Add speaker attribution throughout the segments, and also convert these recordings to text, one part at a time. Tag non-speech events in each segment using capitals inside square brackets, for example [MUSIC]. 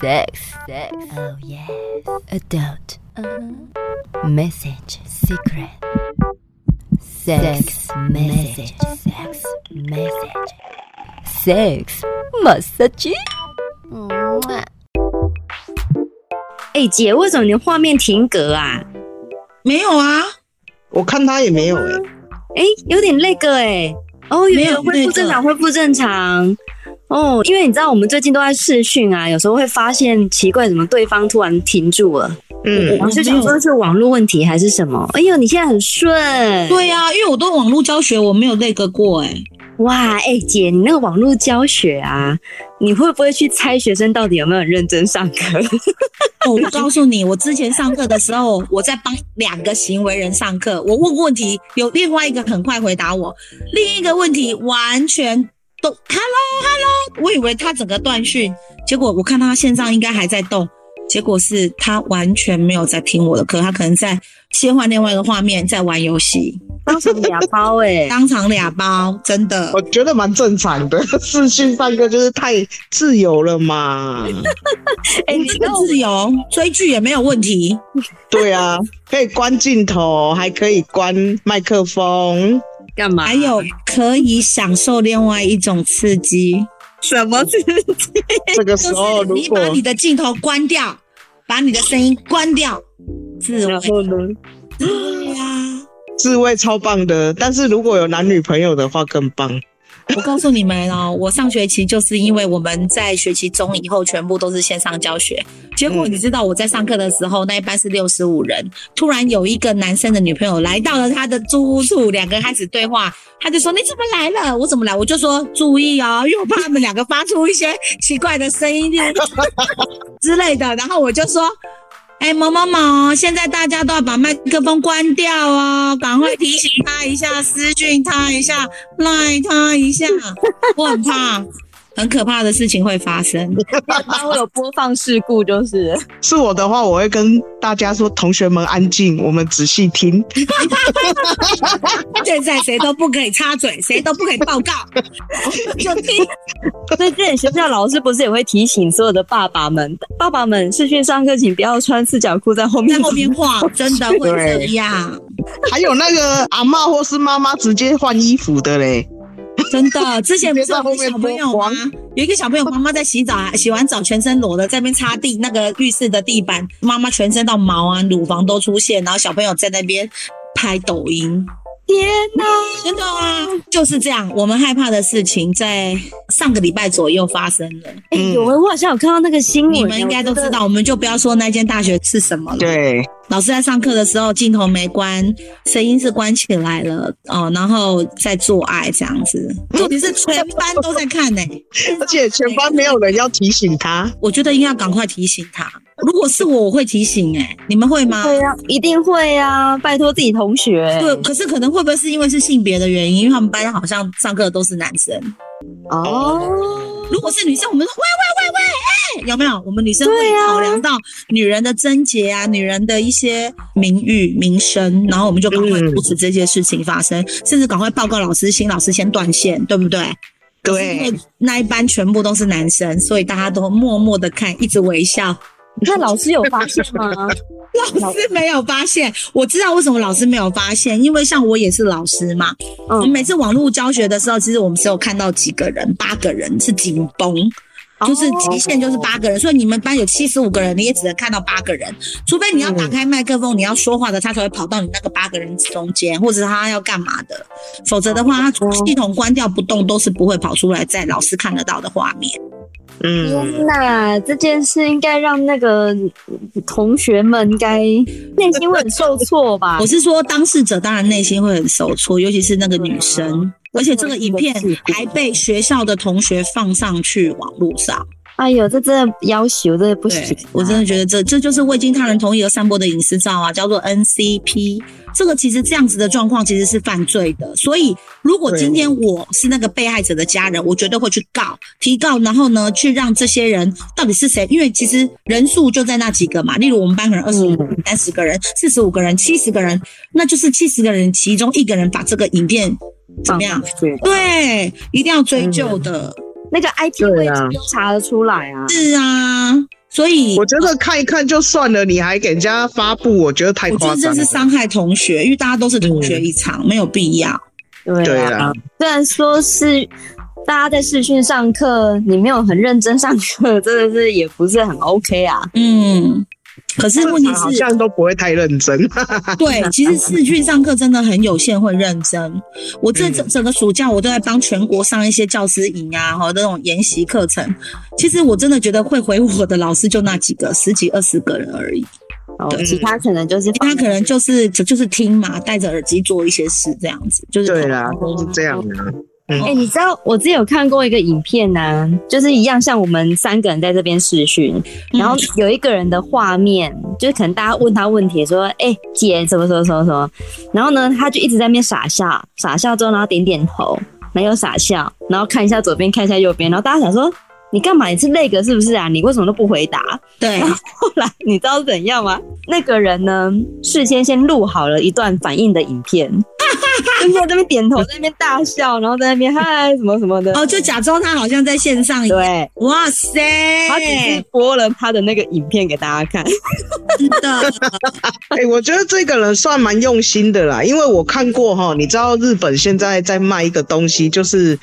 Speaker 1: Sex, sex, oh yes. Adult, message, secret. Sex, message, sex, message. Sex, massage.
Speaker 2: 哎，姐，为什么你的画面停格啊？
Speaker 3: 没有啊，
Speaker 4: 我看他也没有哎、
Speaker 2: 哎，有点那个哎、哦，有
Speaker 3: 没有
Speaker 2: 有恢复
Speaker 3: 那个
Speaker 2: 正常，恢复正常。哦，因为你知道我们最近都在视讯啊，有时候会发现奇怪，怎么对方突然停住了，
Speaker 4: 嗯，
Speaker 2: 我就想说是网络问题还是什么？哎呦，你现在很顺，
Speaker 3: 对呀、因为我都网络教学，我没有那个过哎、
Speaker 2: 哇，哎、姐，你那个网络教学啊，你会不会去猜学生到底有没有很认真上课？
Speaker 3: 哦我告诉你，我之前上课的时候，我在帮两个行为人上课，我问问题，有另外一个很快回答我，另一个问题完全都 hello hello，我以为他整个断讯，结果我看他线上应该还在动，结果是他完全没有在听我的课，他可能在切换另外一个画面在玩游戏，
Speaker 2: 当场哑包哎、
Speaker 3: 当场俩包，真的
Speaker 4: 我。觉得蛮正常的。 [LAUGHS] 视讯上课就是太自由了嘛，
Speaker 2: 哎、你
Speaker 3: 这
Speaker 2: 知
Speaker 3: 个
Speaker 2: 道
Speaker 3: 自由追剧也没有问题，
Speaker 4: 对啊，可以关镜头，还可以关麦克风，
Speaker 2: 干嘛？
Speaker 3: 还有可以享受另外一种刺激，
Speaker 2: 什么事？
Speaker 4: 这个时候
Speaker 3: 哎就是
Speaker 4: 哦如
Speaker 3: 你
Speaker 4: 果
Speaker 3: 把你的镜头关掉，把你的声音关掉，自
Speaker 2: 然
Speaker 3: 慰
Speaker 2: 后呢？
Speaker 3: 对啊！
Speaker 4: 自慰超棒的，但是如果有男女朋友的话更棒。
Speaker 3: 我告诉你们哦，我上学期就是因为我们在学期中以后全部都是线上教学，结果
Speaker 4: 嗯
Speaker 3: 你知道我在上课的时候，那一班是六十五人，突然有一个男生的女朋友来到了他的住处，两个人开始对话，他就说你怎么来了？我怎么来？我就说注意哦，因为我怕他们两个发出一些奇怪的声音 [LAUGHS] 之类的，然后我就说。哎，某某某，现在大家都要把麦克风关掉哦，赶快提醒他一下，私讯他一下，赖他一下，我很怕，很可怕的事情会发生。
Speaker 1: 然后有播放事故，就是
Speaker 4: 是我的话，我会跟大家说，同学们安静，我们仔细听。
Speaker 3: [LAUGHS] 现在谁都不可以插嘴，谁都不可以报告，就听。
Speaker 1: [LAUGHS] 所以之前学校老师不是也会提醒所有的爸爸们，爸爸们视讯上课请不要穿四角裤在后
Speaker 3: 在
Speaker 1: 面
Speaker 3: 后面晃，真的会这样，
Speaker 4: 还有那个阿嬷或是妈妈直接换衣服的嘞，
Speaker 3: 真
Speaker 4: [LAUGHS]
Speaker 3: 的。之前不是有个小朋友吗
Speaker 4: 直接在后面播？
Speaker 3: 有一个小朋友妈妈在洗澡，啊洗完澡全身裸的在那边擦地，那个浴室的地板，妈妈全身到毛啊、乳房都出现，然后小朋友在那边拍抖音。
Speaker 1: 天哪！
Speaker 3: 真的啊，就是这样。我们害怕的事情在上个礼拜左右发生了，
Speaker 2: 哎、
Speaker 4: 嗯
Speaker 2: 有哎、我好像有看到那个新闻，
Speaker 3: 你们应该都
Speaker 2: 我觉
Speaker 3: 知
Speaker 2: 得
Speaker 3: 道，我们就不要说那间大学是什么了。
Speaker 4: 对，
Speaker 3: 老师在上课的时候，镜头没关，声音是关起来了哦，然后在做爱这样子。
Speaker 4: 嗯
Speaker 3: 重点是全班都在看呢、
Speaker 4: 而且全班没有人要提醒他，
Speaker 3: 我觉得应该要赶快提醒他。如果是我，我会提醒哎、你们会吗？
Speaker 1: 会啊，一定会啊！拜托自己同学、
Speaker 3: 对，可是可能会不会是因为是性别的原因？因为他们班好像上课都是男生。哦
Speaker 1: 哦，
Speaker 3: 如果是女生，我们说喂喂喂喂，哎、有没有？我们女生会
Speaker 1: 对啊
Speaker 3: 考量到女人的贞洁啊，女人的一些名誉、名声，然后我们就赶快
Speaker 4: 嗯
Speaker 3: 阻止这些事情发生，甚至赶快报告老师，请老师先断线，对不对？可是因
Speaker 4: 对
Speaker 3: 为，那一班全部都是男生，所以大家都默默的看，一直微笑。
Speaker 1: 那老师有发现
Speaker 3: [LAUGHS]
Speaker 1: 吗？
Speaker 3: 老师没有发现，我知道为什么老师没有发现，因为像我也是老师嘛，我们
Speaker 1: 嗯，
Speaker 3: 每次网络教学的时候，其实我们只有看到几个人，八个人是紧绷，就是极限就是八个人，所以你们班有七十五个人，你也只能看到八个人，除非你要打开麦克风，你要说话的，他才会跑到你那个八个人中间，或者他要干嘛的，否则的话，他系统关掉不动都是不会跑出来，在老师看得到的画面。
Speaker 4: 嗯，
Speaker 1: 天哪，这件事应该让那个同学们应该内心会很受挫吧
Speaker 3: 我？是说，当事者当然内心会很受挫，尤其是那个女生，而且这个影片还被学校的同学放上去网络上。
Speaker 1: 哎呦，这真的要求，我真的不行
Speaker 3: 对
Speaker 1: 啊、，
Speaker 3: 我真的觉得这这就是未经他人同意而散播的隐私照啊，叫做 NCP。这个其实这样子的状况其实是犯罪的，所以如果
Speaker 4: 对
Speaker 3: 今天我是那个被害者的家人，我绝对会去告、提告，然后呢，去让这些人到底是谁？因为其实人数就在那几个嘛，例如我们班可能二十、
Speaker 4: 嗯
Speaker 3: 三十个人、四十五个人、七十个人，那就是七十个人其中一个人把这个影片怎么样？
Speaker 1: 对
Speaker 4: 嗯
Speaker 3: 对，一定要追究的。
Speaker 2: 那个 IP
Speaker 4: 对
Speaker 2: 位
Speaker 4: 啊
Speaker 2: 置都查得出来啊。
Speaker 3: 是啊，所以
Speaker 4: 我觉得看一看就算了，你还给人家发布，我觉得太
Speaker 3: 我觉
Speaker 4: 夸
Speaker 3: 得
Speaker 4: 张
Speaker 3: 这
Speaker 4: 了
Speaker 3: 是。伤害同学，因为大家都是同学一场，没有必要。
Speaker 4: 对
Speaker 2: 对啊
Speaker 4: 啊，
Speaker 2: 虽然说是大家在视讯上课，你没有很认真上课， [LAUGHS] 真的是也不是很 OK 啊。
Speaker 3: 嗯，可是问题
Speaker 4: 好
Speaker 3: 是，
Speaker 4: 像都不会太认真。
Speaker 3: [LAUGHS] 对，其实视讯上课真的很有限，会认真。我这
Speaker 4: 嗯
Speaker 3: 整整个暑假，我都在帮全国上一些教师营啊，哈，那种研习课程。其实我真的觉得会回我的老师就那几个，十几二十个人而已。
Speaker 2: 哦，
Speaker 3: 对
Speaker 2: 其他可能就是
Speaker 3: 他可能就是就就是听嘛，戴着耳机做一些事这样子，就是
Speaker 4: [LAUGHS] 对啊啦，都是这样的。
Speaker 2: 哎、你知道我之前有看过一个影片呢、就是一样像我们三个人在这边视讯，
Speaker 3: 嗯
Speaker 2: 然后有一个人的画面，就是可能大家问他问题说，哎、姐什么什么什么什么，然后呢他就一直在那边傻笑，傻笑之后然后点点头，然后又傻笑，然后看一下左边看一下右边，然后大家想说你干嘛？你是那个是不是啊？你为什么都不回答？
Speaker 3: 对，
Speaker 2: 后来你知道是怎样 [LAUGHS] 吗？那个人呢，事先先录好了一段反应的影片，就在那边点头，在那边大笑，然后在那边嗨什么什么的。
Speaker 3: 哦，就假装他好像在线上一样。
Speaker 2: 对，
Speaker 3: 哇塞，
Speaker 2: 他只是播了他的那个影片给大家看。
Speaker 3: 真的，
Speaker 4: 哎、我觉得这个人算蛮用心的啦，因为我看过哈，你知道日本现在在卖一个东西，就是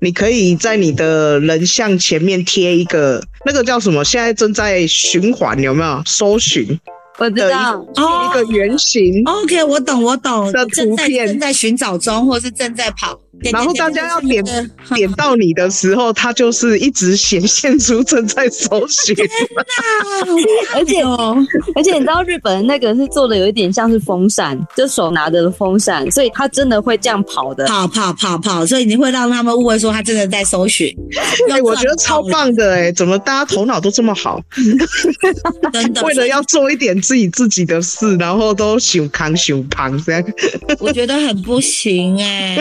Speaker 4: 你可以在你的人像前面贴一个那个叫什么，现在正在循环有没有搜寻
Speaker 2: 我知道，
Speaker 3: 哦
Speaker 4: 一个圆形，
Speaker 3: OK，我懂，我懂。
Speaker 4: 的
Speaker 3: 正在
Speaker 4: 图片嗯
Speaker 3: 正在寻找中，或是正在跑。对
Speaker 4: 然后
Speaker 3: 对
Speaker 4: 大
Speaker 3: 对
Speaker 4: 家要
Speaker 3: 对
Speaker 4: 点
Speaker 3: 对
Speaker 4: 点到你的时候，它就是一直显现出正在搜寻。
Speaker 2: [LAUGHS] 而且
Speaker 3: 哦，
Speaker 2: 而且你知道日本的那个是做的有一点像是风扇，就手拿着风扇，所以他真的会这样跑的。
Speaker 3: 跑跑跑跑，所以你会让他们误会说他真的在搜寻。
Speaker 4: [LAUGHS] 哎、
Speaker 3: 要
Speaker 4: 我
Speaker 3: 赚
Speaker 4: 觉得超
Speaker 3: 到
Speaker 4: 棒的哎、怎么大家头脑都这么好？
Speaker 3: 了，真的。
Speaker 4: 为了要做一点自己自己的事，然后都想扛想扛这样。
Speaker 3: 我觉得很不行哎、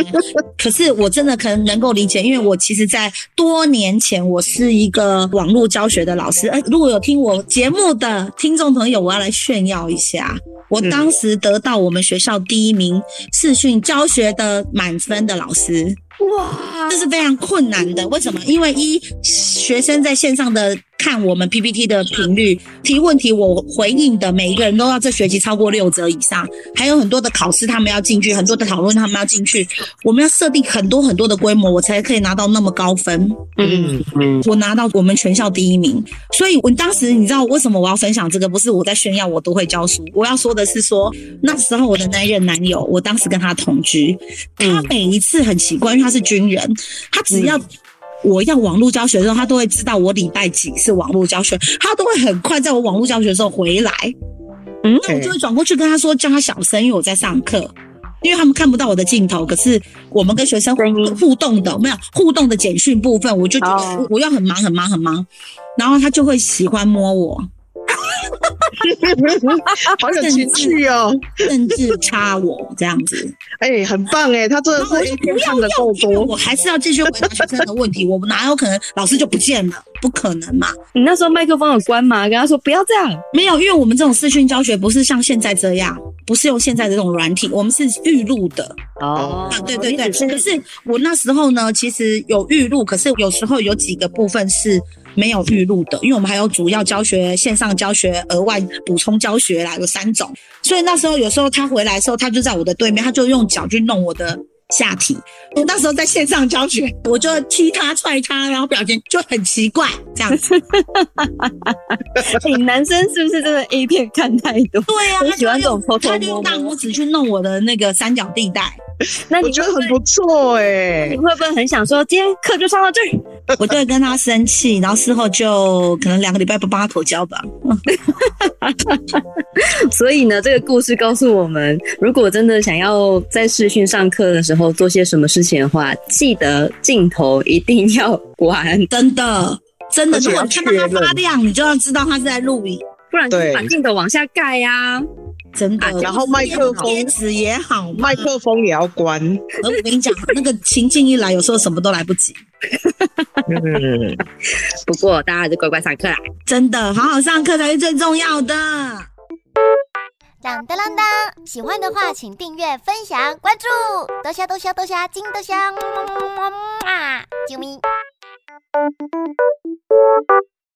Speaker 3: 可是我真的可能能够理解，因为我其实，在多年前，我是一个网络教学的老师。哎、如果有听我节目的听众朋友，我要来炫耀一下，我当时得到我们学校第一名视讯教学的满分的老师。哇，这是非常困难的。为什么？因为一学生在线上的看我们 PPT 的频率提问题，我回应的每一个人都要这学期超过六折以上，还有很多的考试他们要进去，很多的讨论他们要进去，我们要设定很多很多的规模，我才可以拿到那么高分。
Speaker 4: 嗯嗯，
Speaker 3: 我拿到我们全校第一名，所以我当时你知道为什么我要分享这个？不是我在炫耀我都会教书，我要说的是说那时候我的那一任男友，我当时跟他同居，
Speaker 2: 嗯
Speaker 3: 他每一次很奇怪，因为他是军人，他只要。我要网络教学的时候，他都会知道我礼拜几是网络教学，他都会很快在我网络教学的时候回来。
Speaker 2: 嗯
Speaker 3: 那我就会转过去跟他说，叫他小声，因为我在上课，因为他们看不到我的镜头。可是我们跟学生
Speaker 2: 声音
Speaker 3: 互动的没有互动的简讯部分，我 [LAUGHS] 就觉得
Speaker 2: 哦
Speaker 3: 我要很忙很忙很忙，然后他就会喜欢摸我，
Speaker 4: [LAUGHS]
Speaker 3: 嗯
Speaker 4: 好有情趣哦！
Speaker 3: 甚至插我这样子。
Speaker 4: [LAUGHS] 哎、很棒哎、他真的是 A 片看的够
Speaker 3: 因为
Speaker 4: 多。
Speaker 3: 我还是要继续回答学生的问题，我哪有可能老师就不见了？不可能嘛！
Speaker 2: 你那时候麦克风有关吗？跟他说不要这样。
Speaker 3: 没有，因为我们这种视讯教学不是像现在这样，不是用现在这种软体，我们是预录的。
Speaker 4: 哦
Speaker 3: 啊，对对对，
Speaker 2: 你只
Speaker 3: 可是我那时候呢，其实有预录，可是有时候有几个部分是没有预录的，因为我们还有主要教学、线上教学、额外补充教学啦，有三种。所以那时候有时候他回来的时候，他就在我的对面，他就用脚去弄我的。下体，我那时候在线上教学，我就踢他、踹他，然后表情就很奇怪，这样
Speaker 2: [LAUGHS]
Speaker 3: 子。
Speaker 2: 哎、男生是不是真的 A 片看太 [LAUGHS] 多？
Speaker 3: 对啊，
Speaker 2: 很
Speaker 3: 他
Speaker 2: 喜欢
Speaker 3: 就
Speaker 2: 这种偷偷
Speaker 3: 他就
Speaker 2: 摸
Speaker 3: 用大
Speaker 2: 摸。
Speaker 3: 拇指去弄我的那个三角地带，
Speaker 2: 那
Speaker 4: [LAUGHS] 我
Speaker 2: 你
Speaker 4: 觉
Speaker 2: 会不
Speaker 4: 得很
Speaker 2: 会
Speaker 4: 不错哎、
Speaker 2: 你会不会很想说，今天课就上到这儿？
Speaker 3: 我就会跟他生气，然后事后就可能两个礼拜不帮他口交吧。
Speaker 2: 所以呢，这个故事告诉我们，如果真的想要在视讯上课的时候做些什么事情的话，记得镜头一定要关，
Speaker 3: 真的，真的，
Speaker 4: 而且
Speaker 3: 如果
Speaker 4: 要
Speaker 3: 你看到它
Speaker 4: 确认
Speaker 3: 发亮，你就要知道它是在录影。
Speaker 2: 不然就是
Speaker 4: 对
Speaker 2: 把镜头往下盖呀、
Speaker 3: 真的，
Speaker 4: 啊然后麦克风
Speaker 3: 贴纸也好嘛，
Speaker 4: 麦克风也要关。
Speaker 3: 而我跟
Speaker 4: [LAUGHS]
Speaker 3: 你讲，那个情境一来，有时候什么都来不及。
Speaker 4: 嗯，
Speaker 2: 不过大家就乖乖上课啦。
Speaker 3: 真的，好好上课才是最重要的。
Speaker 5: 当当当当！喜欢的话，请订阅、分享、关注，多虾多虾多虾，金多虾，么么么么么啊！啾咪。拜。